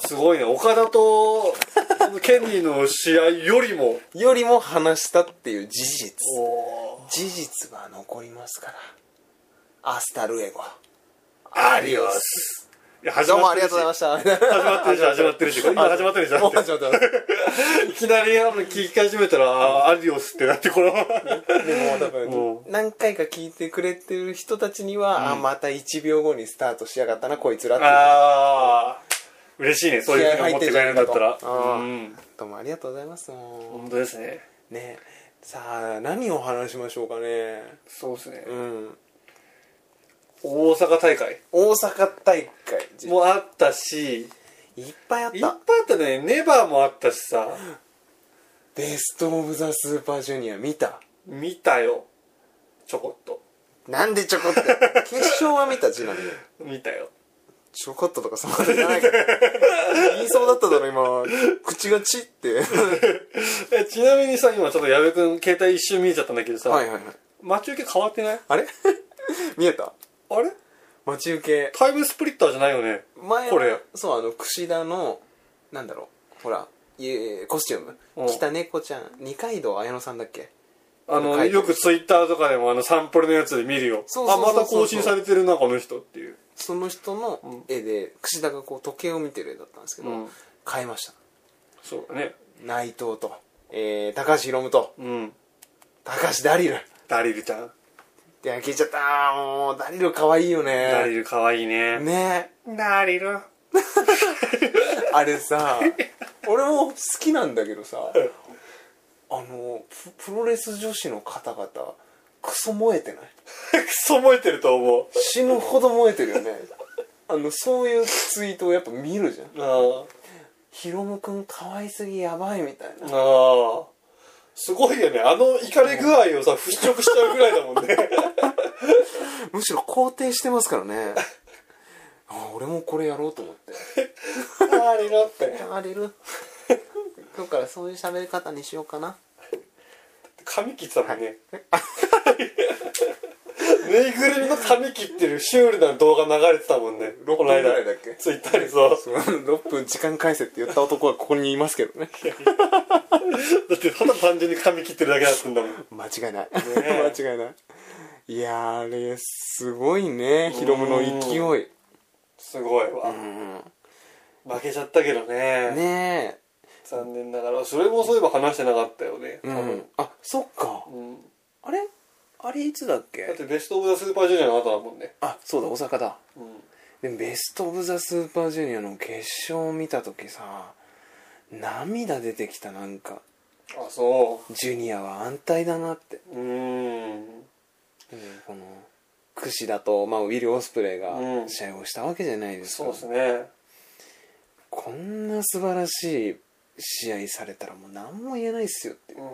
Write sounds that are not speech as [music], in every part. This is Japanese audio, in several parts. すごいね岡田と [laughs] ケニーの試合よりもよりも話したっていう事実お事実は残りますからアスタルエゴアリオスいや始どうもありるがしとうございました始まってるじゃん始まってるしこれ今始まってるじゃんもう始まってま [laughs] すいきなりあの聞き始めたらあーアリオスってなってこのでも多分、も何回か聞いてくれてる人たちには、あまた1秒後にスタートしやがったなこいつらってああ嬉しいねそういうふうに思ってくれるんだったら気合入ってうんんどうもありがとうございますも本当ですねうねさあ何を話しましょうかねそうですねうん大阪大会大阪大会もあったしいっぱいあっいっぱいあたったねネバーもあったしさベスト・オブ・ザ・スーパージュニア見た見たよちょこっとなんでちょこ [laughs] っと決勝は見たちなみに見たよちょこっととかそんなのじゃないから [laughs] 言いそうだっただろ今口がチって [laughs] えちなみにさ今ちょっと矢部君携帯一瞬見えちゃったんだけどさ、はいはいはい待ち受け変わってないあれ [laughs] 見えたあれ待ち受けタイムスプリッターじゃないよね前はこれそうあの櫛田のなんだろうほらいえコスチュームうん着た猫ちゃん二階堂綾乃さんだっけあの書いてるよくツイッターとかでもあのサンプルのやつで見るよそうそうそうそうあまた更新されてるなこの人っていうその人の絵で櫛田がこう時計を見てる絵だったんですけど、うん変えましたそうだね内藤と、えー、高橋宏夢とうん高橋ダリルダリルちゃんで消えちゃったもうダリル可愛いよねダリルかわいいねねダリルあれさ俺も好きなんだけどさあのププロレス女子の方々クソ燃えてないクソ燃えてると思う死ぬほど燃えてるよねあのそういうツイートをやっぱ見るじゃんあヒロムくん可愛すぎやばいみたいあなああすごいよねあのイカれ具合をさ払拭しちゃうぐらいだもんねむしろ肯定してますからねあ俺もこれやろうと思って [laughs] ダリルってあれる今日からそういう喋り方にしようかな髪切ってたもんね [laughs] ぬいぐるみの髪切ってるシュールな動画流れてたもんね6分この間ぐらいだっけツイッターにそう6分時間返せって言った男はここにいますけどねだってただ単純に髪切ってるだけだったんだもん間違いない、え [laughs] 間違いないいやーあれすごいねヒロムの勢いすごいわうん負けちゃったけどねねえ残念ながらそれもそういえば話してなかったよね多うん分、、あそっかうんあれあれいつだっだっけてベスト・オブ・ザ・スーパージュニアの後だもんね、あそうだ大阪だうんでもベスト・オブ・ザ・スーパージュニアの決勝を見た時さ涙出てきたなんかあそジュニアは安泰だなって、ううーんうんこの櫛田と、まあ、ウィル・オスプレイがうん試合をしたわけじゃないですか、そうですねこんな素晴らしい試合されたらもう何も言えないっすよっていうう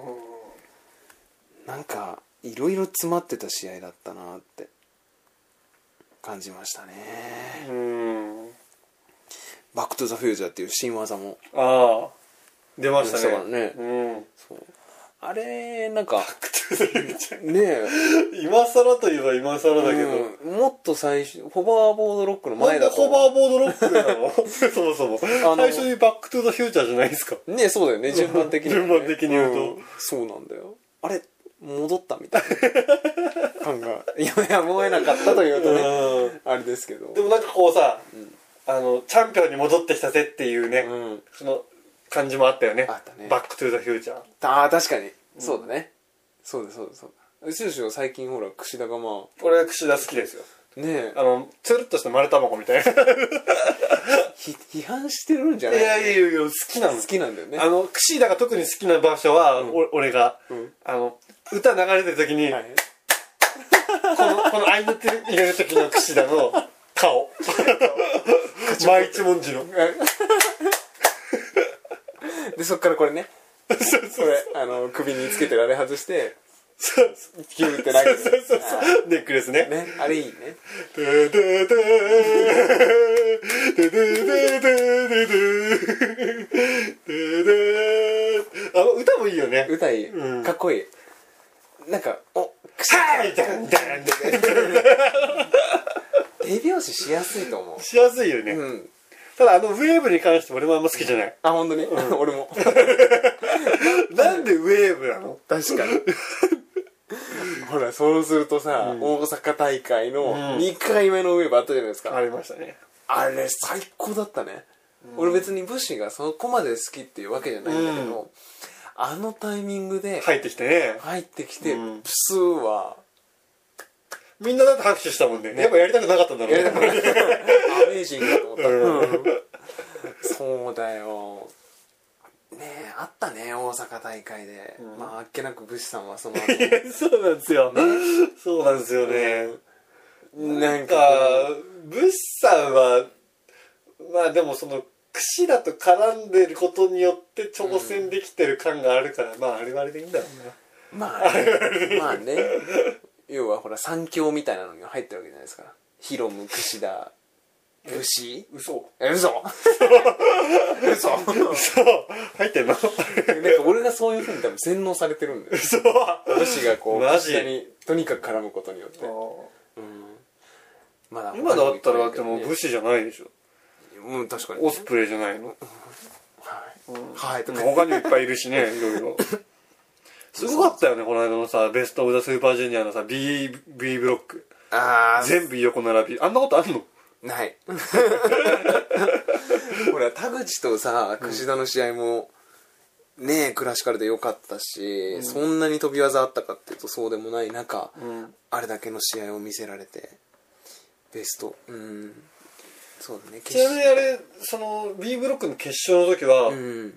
なんかいろいろ詰まってた試合だったなって感じましたねんうん「バック・トゥ・ザ・フューチャー」っていう新技もああ出ましたね出ましたうんそうあれなんかちねえ [laughs] 今更といえば今更だけど、うんもっと最初ホバーボードロックのな前んでだとホバーボードロックな [laughs] のそもそもあの最初に「バック・トゥ・ザ・フューチャー」じゃないですかねえそうだよね順番的に、ね、順番的に言うとんそうなんだよあれ戻ったみたいな感がいやいや燃えなかったというとねうあれですけどんでもなんかこうさ、あのチャンピオンに戻ってきたぜっていうね、うんその感じもあったよねあったねバック・トゥ・ザ・フューチャーああ確かに、そうだねそうだそうだそうだうちの師匠最近ほら櫛田がま俺は櫛田好きですよあねえあのつるっとした丸卵みた [laughs] いないひ批判してるんじゃないやいやいやいや好きなの好きなんだよねあの櫛田が特に好きな場所は、お俺が、んあの歌流れてる時に、はい [laughs] このこの合いの手入れる時の櫛田の顔毎一文字のでそっからこれねこれあの首につけてられ外してそうそうキューって投げそうてそうそうネックレスねねあれいいねドゥドゥドゥドゥドゥドゥドゥドゥドゥあの歌もいいよね歌いい、うんかっこいいなんかおはいダンダンダン手拍子しやすいと思しやすいよねううんただあのウェーブに関して俺もあんま好きじゃないあ本当に、 [laughs] 俺もなんでウェーブなの確かに [laughs] ほらそうするとさ、大阪大会のうん2回目のウェーブあったじゃないですか、ありましたねあれ最高だったね、俺別に武士がそこまで好きっていうわけじゃないんだけど、あのタイミングで入ってきてね入ってきて、うんプスーはみんなだって拍手したもんねやっぱやりたくなかったんだろやうりねたくないアメージングだと思った、うんそうだよねえあったね大阪大会で、まああっけなく武士さんはその後そうなんですよそうなんですよねな [laughs] んなんかか物産はまあでもその櫛だと絡んでることによって挑戦できてる感があるから、まああれはあれでいいんだろうなまあね [laughs] まあね要はほら三強みたいなのに入ってるわけじゃないですかヒロム櫛田武士嘘え [laughs] 嘘嘘嘘入ってん [laughs] のなんか俺がそういうふうに多分洗脳されてるんだよ嘘武士がこうマジ櫛田にとにかく絡むことによってまだ今だったらだってもう武士士じゃないでしょうん確かにオスプレイじゃないのはいとか他にもいっぱいいるし [laughs] ねいろいろすごかったよねこの間のさベスト・オブ・ザ・スーパージュニアのさ B, B ブロックああ全部横並びあんなことあんのない [laughs] ほら田口とさ櫛田の試合も、ねえクラシカルで良かったし、そんなに飛び技あったかっていうとそうでもない中、んあれだけの試合を見せられてベストうんそうだねちなみにあれその B ブロックの決勝の時は、うん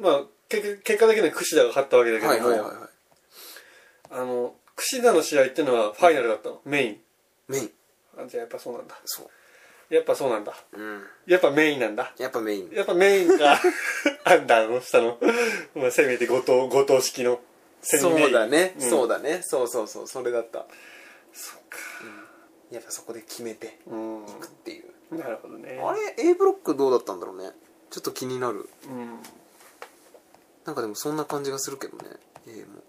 まあ結結果的には櫛田が勝ったわけだけどはいも、はいはいはあの櫛田の試合っていうのはファイナルだったの、メインいメインあじゃあやっぱそうなんだそやっぱそうなんだううんやっぱメインなんだやっぱメインやっぱメインがアンダーの下の、まあ、せめて後藤後藤式のセミメイン [laughs] そうだね、んそうだねそうそうそうそれだったそうか、うんやっぱそこで決めてうんいくっていうなるほどねあれ A ブロックどうだったんだろうねちょっと気になるうんなんかでもそんな感じがするけどね A も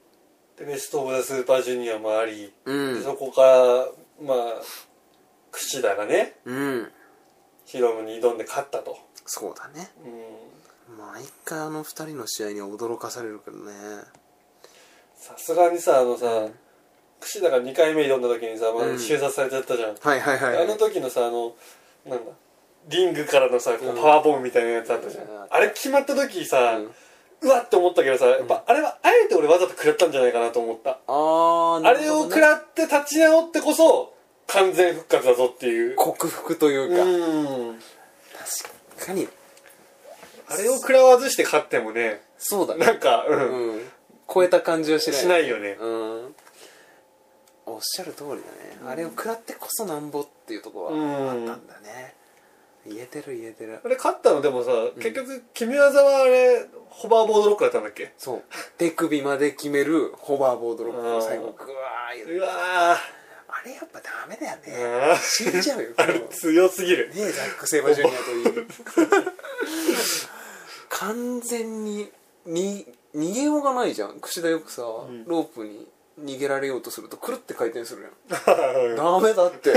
でベスト・オブ・ザ・スーパージュニアもあり、うでんそこからまあ櫛田がねうんヒロムに挑んで勝ったと、そうだねうん毎回あの2人の試合には驚かされるけどねさすがにさあのさ櫛田が2回目挑んだ時にさまうだん収殺されちゃったじゃん、はいはいはいはいあの時のさあのなんだリングからのさこううんパワーボムみたいなやつあったじゃん、うんあれ決まった時さ、うんうわって思ったけどさやっぱあれはあえて俺わざと食らったんじゃないかなと思った、あーあなれるをほどね食らって立ち直ってこそ完全復活だぞっていう克服といううか、ん確かにあれを食らわずして勝ってもねそうだなねんかう、うんん超えた感じはしないしないよね、うんおっしゃる通りだね、あれを食らってこそなんぼっていうところはあったんだね、言えてる言えてるあれ勝ったのでもさ、結局決め技はあれホバーボードロックだったんだっけそう手首まで決めるホバーボードロックうをん最後グワー言ってうわあれやっぱダメだよーねあー死んじゃうよ [laughs] あれね強すぎるえザック・セイバージュニアという [laughs] 完全にに逃げようがないじゃん櫛田よくさ、んロープに逃げられようとするとくるって回転するやん [laughs] 確かダメだって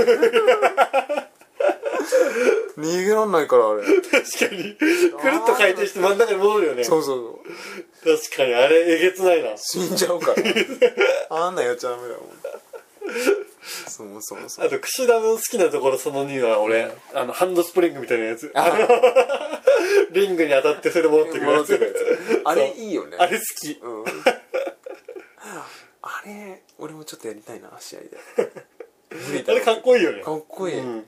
逃げらんないからあれにくるっと回転して真ん中に戻るよねそうそう確かにあれえげつないな死んじゃうから [laughs] あんなんやっちゃダメだもんそうそうそあうと櫛田の好きなところその2は俺あのハンドスプリングみたいなやつあリングに当たってそれで戻ってくる戻やっつてくるやつあれいいよ [laughs] ねあれ好きうんあれ俺もちょっとやりたいな試合で無理あだれかっこいいよねかっこいい、うん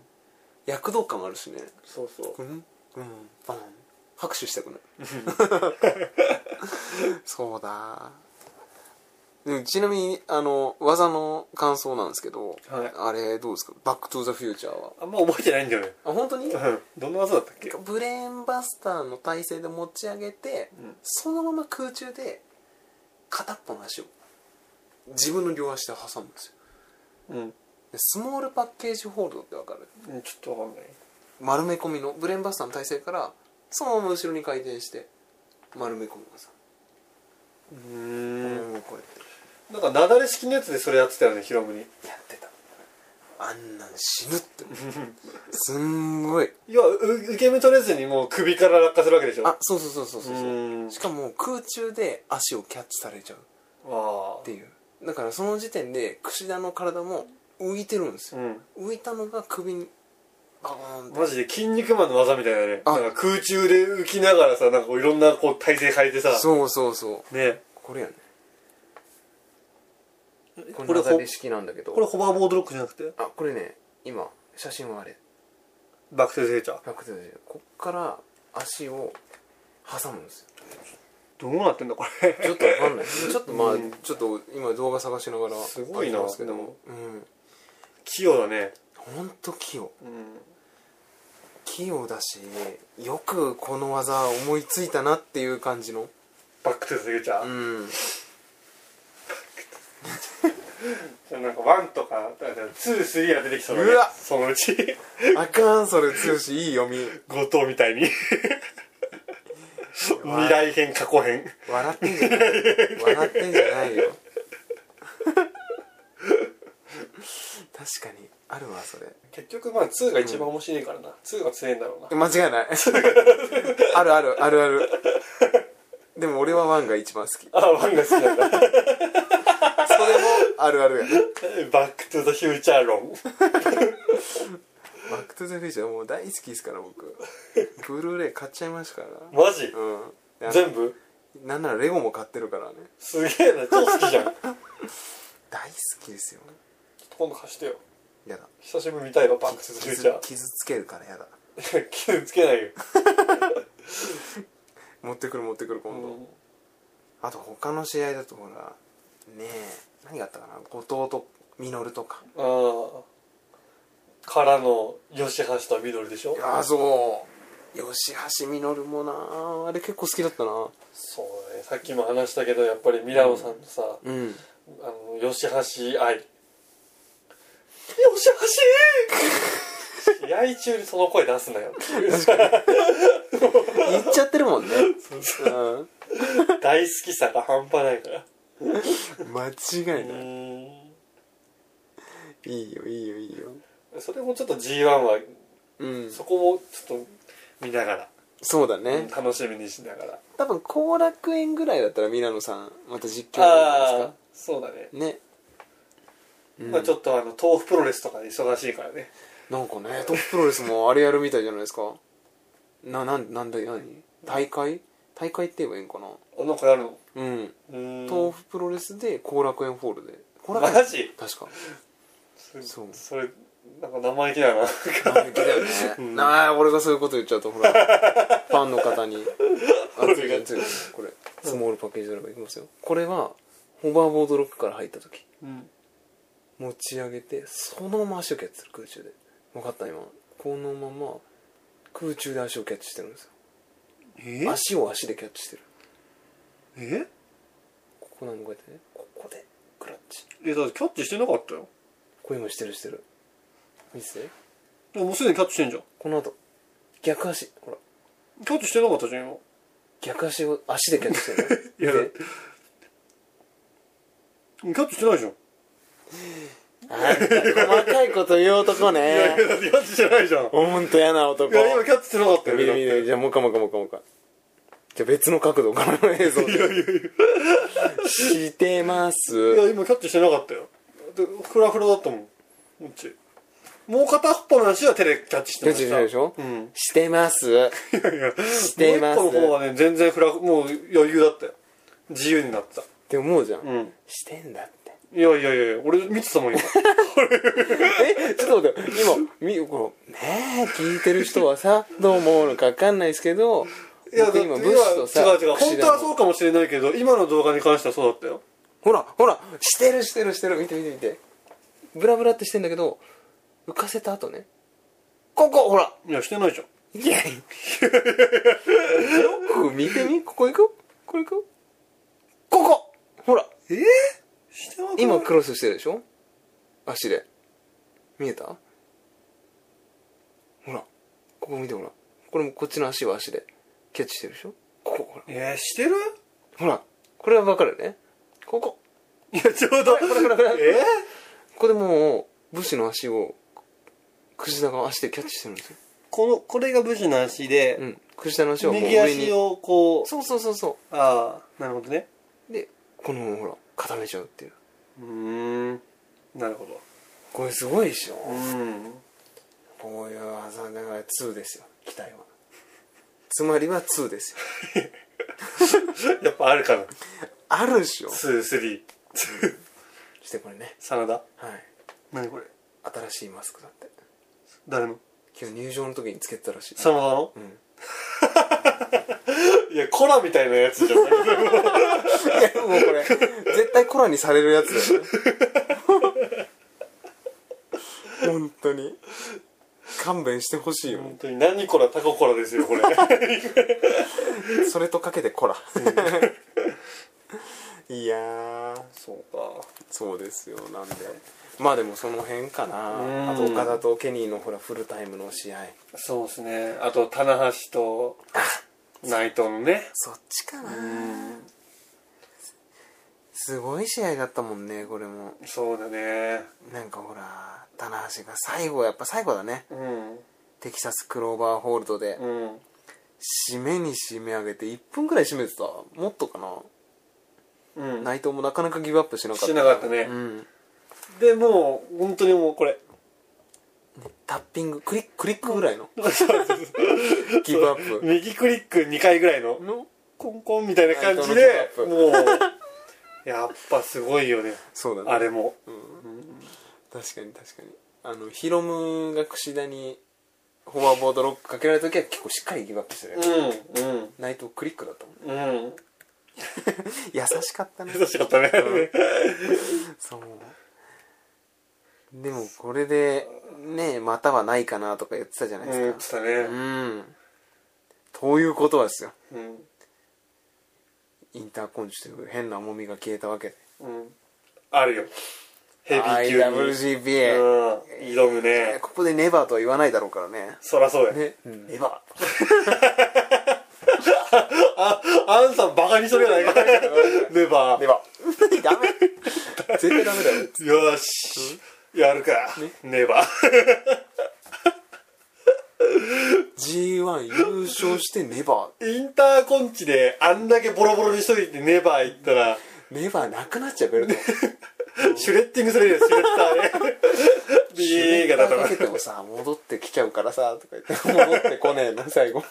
躍動感あるしねそうそううんうんバン拍手したくなる [laughs] そうだでもちなみにあの技の感想なんですけど、はいあれどうですか「バック・トゥ・ザ・フューチャーは」あんま覚えてないんだよねあ本当にうんどんな技だったっけブレーンバスターの体勢で持ち上げて、うんそのまま空中で片っぽの足を自分の両足で挟むんですようんでスモールパッケージホールドってわかるうんちょっとわかんない丸め込みのブレーンバスターの体勢からそのまま後ろに回転して丸め込む技うーんうんこうやっなんかなだれ式のやつでそれやってたよねヒロムにてやってたあんなん死ぬってすんごい [laughs] いやう受け身取れずにもう首から落下するわけでしょあそうそうそうそうそううそうーんしかも空中で足をキャッチされちゃうあっていうだからその時点で櫛田の体も浮いてるんですあうよん浮いたのが首にガーンってマジで「筋肉マン」の技みたいなねあなんか空中で浮きながらさなんかこういろんなこう体勢変えてさそうそうそうねこれやねここれれ技ほで式なんだけどこれホバーボードロックじゃなくてあこれね今写真はあれバックトゥーザフューチャーバックトゥーザフューチャーこっから足を挟むんですよどうなってんだこれ [laughs] ちょっとわかんない [laughs] ちょっとまあ、うんちょっと今動画探しながらすごいなやってますけどでももうん器用だねほんと器用うん器用だしよくこの技思いついたなっていう感じのバックトゥーザフューチャうー、んそれなんかワンとかだからツースリーが出てきそうだねうわそのうちあかんそれ剛いい読み後藤みたい [laughs] に未来編過去編笑ってんじゃない笑ってんじゃないよ確かにあるわそれ結局まあ2が一番面白いからな、2が強いんだろうな間違いないあるあるあるあるでも俺はワンが一番好きそれもあワンが好きなんだあるあるやねバックトゥザフューチャー論バック・トゥ・ザ・フューチャーもう大好きですから僕ブルーレイ買っちゃいましたからマジ、うん全部なんならレゴも買ってるからねすげえな超好きじゃんちょっ大好きですよと今度貸してよやだ久しぶりに見たいわバックトゥザフューチ傷ャ傷つけるからやだー傷つけないよ、持ってくる持ってくる今度、あと他の試合だとほらねえ何があったかな後藤と稔とかああからの吉橋とミドルでしょああそう吉橋稔もなああれ結構好きだったなそうだねさっきも話したけどやっぱりミラノさんとさ、うんあの吉橋愛吉橋試合中にその声出すなよっていう言っちゃってるもんねうん大好きさが半端ないから間違ういないーんいいよいいよいいよそれもちょっと G1 はうんそこもちょっと見ながら、そうだね楽しみにしながら多分後楽園ぐらいだったらミラノさんまた実況なんああでそうだねす、かねうんまあちょっとあの豆腐プロレスとかで忙しいからねなんかねトッププロレスもあれやるみたいじゃないですかななんなんだ何大会大会って言えばいいんかなあなんかやるのうんうーん豆腐プロレスで後楽園ホールで後楽園マジ確 [laughs] かそそうそれなんか生意気だな生意気だよね、なあ俺がそういうこと言っちゃうとほらファンの方にあ [laughs] 俺が違う違うこれスモールパッケージドライバーいきますよこれはホバーボードロックから入った時うん持ち上げてそのまま足をキャッチする空中で分かった今このまま空中で足をキャッチしてるんですえよ足を足でキャッチしてるえここなんこうやってねここでクラッチえだってキャッチしてなかったよこれ今してるしてる見せてでももうすでにキャッチしてんじゃんこの後逆足ほらキャッチしてなかったじゃん今逆足を足でキャッチしてる [laughs] いやでキャッチしてないじゃん、あんた細かいこと言う男いやいやねだってキャッチしてないじゃんいほんと嫌な男や今キャッチしてなかったよ見る見だっるじゃあもう一回もう一回もう一回もう一回じゃあ別の角度からの映像でしてまてすいや今キャッチしてなかったよでフラフラだったもんもっちもう片っぽの足は手でキャッチしてまキャッしチしたてるでしょうんしてますいやいやしてますもう一個の方はね全然フラもう余裕だったよ自由になってたって思うじゃん、うんしてんだっていやいやいやいや俺見てた [laughs] もん今えちょっと待って今みこうねえ聞いてる人はさどう思うのか分かんないですけどいやだっ僕て今ブスとさいや違う違う本櫛当田はのそうかもしれないけど今の動画に関してはそうだったよほらほらしてるしてるしてる見て見て見てブラブラってしてんだけど浮かせた後ねここほらいやしてないじゃんいやよく見てみここ行くよこれ行くよここほらえー、してなくない今クロスしてるでしょ足で見えたほらここ見てほらこれもこっちの足は足でキャッチしてるでしょここほらえー、してる [laughs] ほらこれは分かるよねここいやちょうどこれこれこれえここでもう武士の足を櫛田が足でキャッチしてるんですよ、このこれが武士の足で、うん、櫛田の足をもう右上に足をこうそうそうそうそああなるほどねうでこのままほら固めちゃうっていううーんなるほどこれすごいでしょ、うん [laughs] こういう技だから2ですよ期待はつまりは2ですよやっぱあるかなあるでしょそ23してこれね真田はい何これ新しいマスクだって誰の今日入場の時につけてたらしい真田のうんいやコラみたいなやつじ [laughs] ゃないいやもうこれ絶対コラにされるやつだよね本当に勘弁してほしいよ、本当に何コラタココラですよこれそれとかけてコラいやー [laughs] そうかそうですよなんでまあでもその辺かうんなあと岡田とケニーのほらフルタイムの試合そうですねあと棚橋 [laughs] と内藤のねそっちかなすごい試合だったもんねこれもそうだねなんかほら棚橋が最後やっぱ最後だねうんテキサスクローバーホールドでうん締めに締め上げて1分くらい締めてたもっとかな、うん内藤もなかなかギブアップしなかったしなかったねうんでもう本当にもうこれタッピングクリッククリックぐらい [laughs] のギブアップ右クリック2回ぐらいののコンコンみたいな感じはいでトロもうやっぱすごいよねそうだねあれも確かに確かにあのヒロムが櫛田にフォアボードロックかけられた時は結構しっかりギブアップしてる、うんうん内藤クリックだったもんねうん優しかったね優しかったねそうでもこれでねまたはないかなとか言ってたじゃないうんでっすつったかうんね、ということはですようんインターコンチという変な重みが消えたわけでうん、あるよヘビー級に、 IWGPA、うん、挑むねここでネバーとは言わないだろうからねそらそうだよ、ね、ネバーあアンさんバカにしとるやないかネバーネバー [laughs] ダメ絶対ダメだよよーし、やるか、ネバー G1 優勝してネバインターコンチであんだけボロボロにしといてネバー行ったらーネバーなくなっちゃうベルト [laughs] [laughs] シュレッティングされるよシュレッダーでビーがだかかけらてもさ戻ってきちゃうからさとか言って戻ってこねえな最後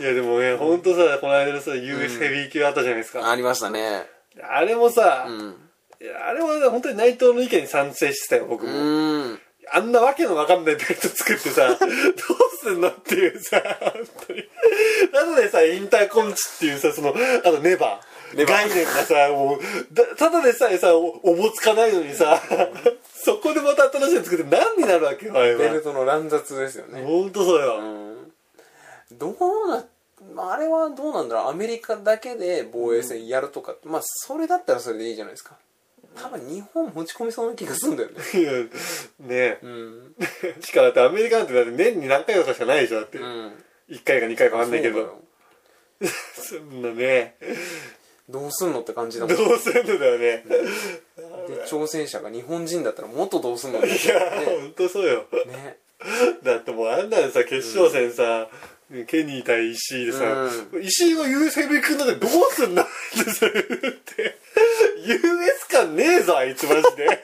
いやでもねほんとさこの間のさ US ヘビー級あったじゃないですか、りましたねあれもさ、んいやあれはね本当に内藤の意見に賛成してたよ僕も、うんあんなわけのわかんないベルト作ってさ、どうすんのっていうさ、本当に。なのでさ、インターコンチっていうさ、その、あの、ネバー。ネバー概念がさ、もう、だただでさえさ、おおぼつかないのにさ、そこでまた新しいの作って何になるわけよ、あれベルは。トの乱雑ですよねほんとそううよ。んどうなまああれはどうなんだろうアメリカだけで防衛戦やるとか、まあそれだったらそれでいいじゃないですか多分日本持ち込みそうな気がするんだよねいやねうんえ。しかもだってアメリカなんてだって年に何回とかしかないでしょ、だって。うん1回か2回かわかんないけそうだどよ。そんなね。どうすんのって感じだどもんうするのだよね。で挑戦者が日本人だったらもっとどうすんのいや、ほんとそうよ。ねだってもうあんなのさ決勝戦さ、ケニー対石井でさ、石井が US ヘビー君なんてどうすんだってさ言って「US 感ねえぞあいつマジ [laughs] で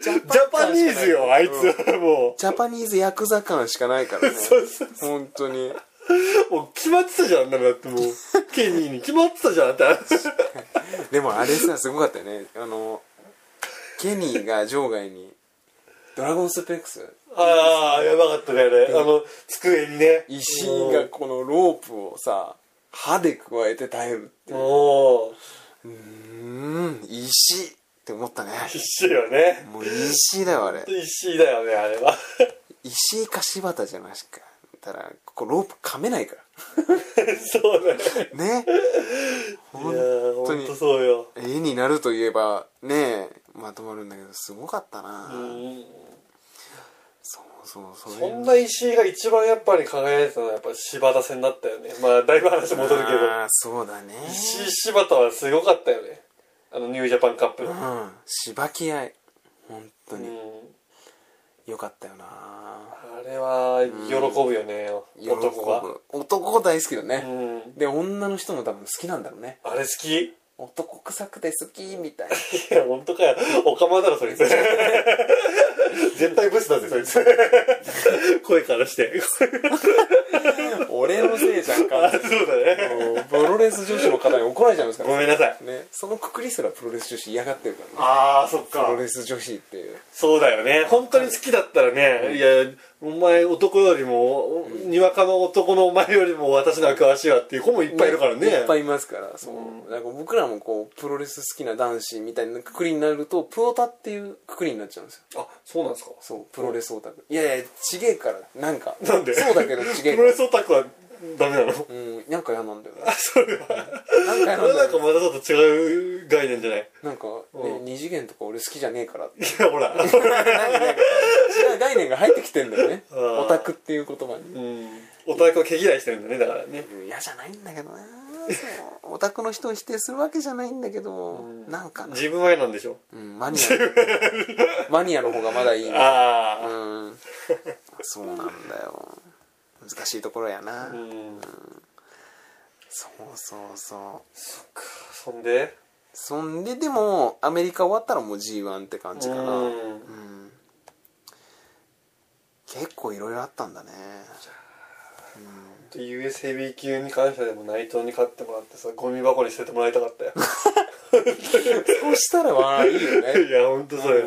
ジャジャパニーズよあいつうんはもジャパニーズヤクザ感しかないから [laughs] ねそうそう本当にうもう決まってたじゃんあんなのだってもうケニーに決まってたじゃんってでもあれさすごかったよねあのケニーが場外にドラゴンスープレックスああやばかったねあれあの机にね石井がこのロープをさ歯でくわえて耐えるっていうもううーん石って思ったね必死よねもう石だよあれ石井だよねあれは [laughs] 石井か柴田じゃなしかだからここロープ噛めないかそうだよらねいやー本当に本当そうよ絵になるといえばねまとまるんだけどすごかったな、うんそうそうそそれんな石井が一番やっぱり輝いてたのはやっぱ柴田戦だったよねまあだいぶ話戻るけどあーそうだね石井柴田はすごかったよねあのニュージャパンカップうのんしばき合い本当うにんよかったよなあれは喜ぶよね、男が喜ぶ男大好きだうね、んで女の人も多分好きなんだろうねあれ好きい男臭くて好きみたいなや本当かよおかまだろそれ [laughs] 絶対ブスだぜそれ [laughs] 声からして俺のせいじゃんあかそうだねプロレス女子の方に怒られちゃいますからごめんなさいね、そのくくりすらプロレス女子嫌がってるからねああそっプかロレス女子っていうそうだよね本当に好きだったらねいやお前男よりもおにわかの男のお前よりも私のは詳しいわっていう子もいっぱいいるからねいっぱいいますからそう、なんか僕らもこうプロレス好きな男子みたいなくくりになるとプロタっていうくくりになっちゃうんですよあそうなんですかそうプロレスオタクいやいやちげえからなんかなんでそうだ [laughs] けどちげえプかロらレスオタクはダメなのうんなんか嫌なんだよねあそれはなんかあ嫌れなんはだなん [laughs] よかねまたちょっと違う概念じゃないなんか、うね、二次元とか俺好きじゃねえからっていやほ [laughs] らなんかなんか違う概念が入ってきてんだよねあーオタクっていう言葉にうんお互いを毛嫌いしてるんだねだからねうん嫌じゃないんだけどなそうオタクの人を否定するわけじゃないんだけどな [laughs] んかな自分は嫌なんでしょうんマニアマニアの方がまだいいねうああんそうなんだよ難しいところやな、うんそうそうそうそんでそんででもアメリカ終わったらもう G1 って感じかなううんん結構いろいろあったんだね US ヘビー級に関してはでも内藤に勝ってもらってさゴミ箱に捨ててもらいたかったよそうしたら笑い [laughs] いよねいやほんとそれ、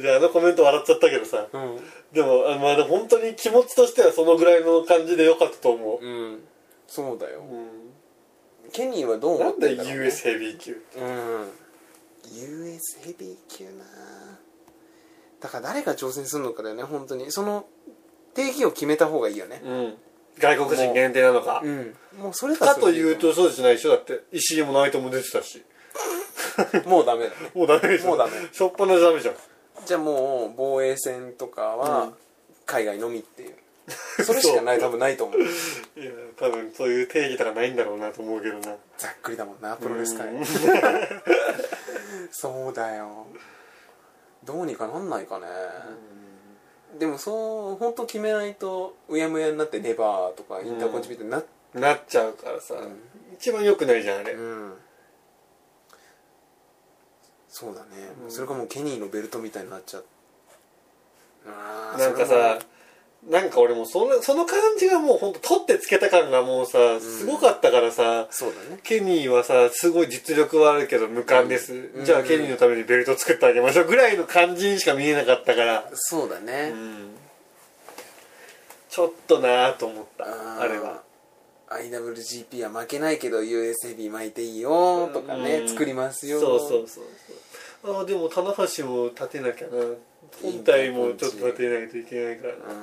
じゃああのコメント笑っちゃったけどさ、うんでもあまあでも本当に気持ちとしてはそのぐらいの感じでよかったと思う、うんそうだよう、ケニーはどうん思なっんてでんだろう US ヘビー級うん US ヘビー級なだから誰が挑戦するのかだよね本当にその定義を決めた方がいいよねうん外国人限定なのかうんもうそれかといいうとそうじゃないでしょだって石井も内藤も出てたし [laughs] もうダメだねもうダメでしょもうダメしょっぱなじゃダメじゃんじゃあもう防衛戦とかは海外のみって [laughs] いう、それしかない多分ないと思ういや多分そういう定義とかないんだろうなと思うけどなざっくりだもんなプロレ [laughs] ス界うんそうだよどうにかなんないかね、でもそう本当決めないとうやむやになってネバーとかインターコンチビートになっなっちゃうからさ、ん一番良くないじゃんあれ、うんそうだね、それかもうケニーのベルトみたいになっちゃうあーなんかそれもさなんか俺もそのその感じがもうほんと取ってつけた感がもうさすごかったからさ、そうだねケニーはさすごい実力はあるけど無感です、んじゃあうんケニーのためにベルト作ってあげましょうぐらいの感じにしか見えなかったから、そうだね、うんちょっとなぁと思ったああーれは IWGP は負けないけど US ヘビー巻いていいよとかね、うん作りますよそうそうそうそうあーでも棚橋も立てなきゃな本体もちょっと立てないといけないからな、うん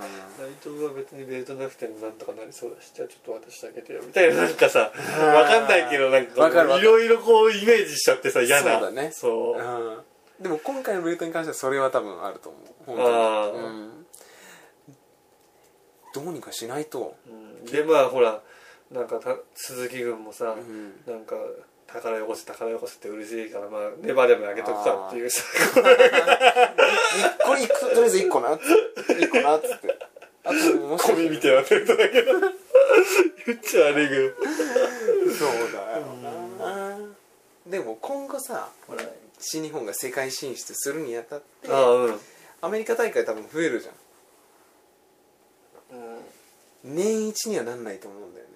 内藤は別にベルトなくてもなんとかなりそうだしじゃあちょっと私だけでよみたいななんかさわかんないけどなんわかるわかいかるろいろこうイメージしちゃってさ嫌なそうだねそううんでも今回のベルトに関してはそれは多分あると思うあ本当ーに、うん、どうにかしないとうんでまあほらなんかた鈴木軍もさ、んなんか宝よこせ宝よこせってうるせえからまあネバーでもあげとくかっていうさこれいくとりあえず1個なっつって1個なっつってあともしコミみたいなベルトだ [laughs] けど言っちゃ悪いけどそうだよな、でも今後さほら新日本が世界進出するにあたってああうんアメリカ大会多分増えるじゃん年一にはなんないと思うんだよね、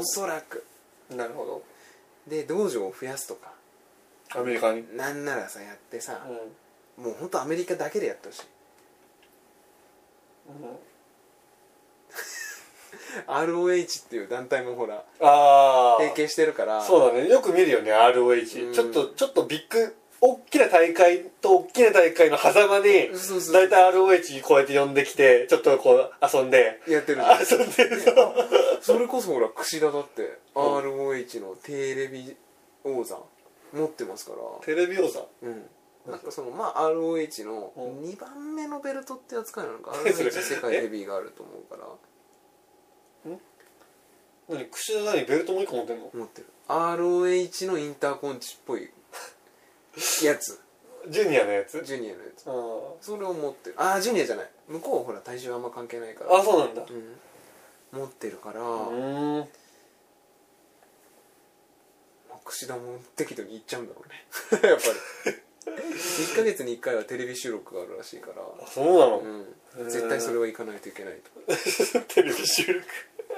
おそらくなるほどで道場を増やすとかアメリカに、なんならさやってさ、もうほんとアメリカだけでやってほしい [laughs] ROH っていう団体もほらああ提携してるからそうだねよく見るよね ROH、うんちょっとちょっとビッグ大きな大会と大きな大会の狭間にそうそう大体 ROH こうやって呼んできてちょっとこう遊んでやってるじゃん遊んでそうそれこそほら櫛田だって ROH のテレビ王座持ってますからテレビ王座うんなんかそのまあ ROH のうん2番目のベルトって扱いなの [laughs] か何それ ROH 世界ヘビーがあると思うから何櫛田何ベルトもう一個持ってんの [laughs] 持ってる ROH のインターコンチっぽいやつジュニアのやつジュニアのやつあーそれを持ってるああジュニアじゃない向こうはほら体重あんま関係ないからあそうなんだうん持ってるから、うん櫛田も適度に行っちゃうんだろうね [laughs] やっぱり1ヶ月に1回はテレビ収録があるらしいからあそうなの、 [laughs] うん絶対それは行かないといけないとテレビ収録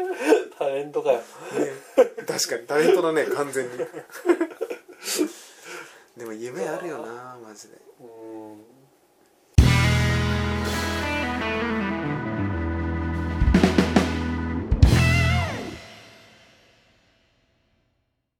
[laughs] タレントかよ確かにタレントだね完全にでも夢あるよなマジでうん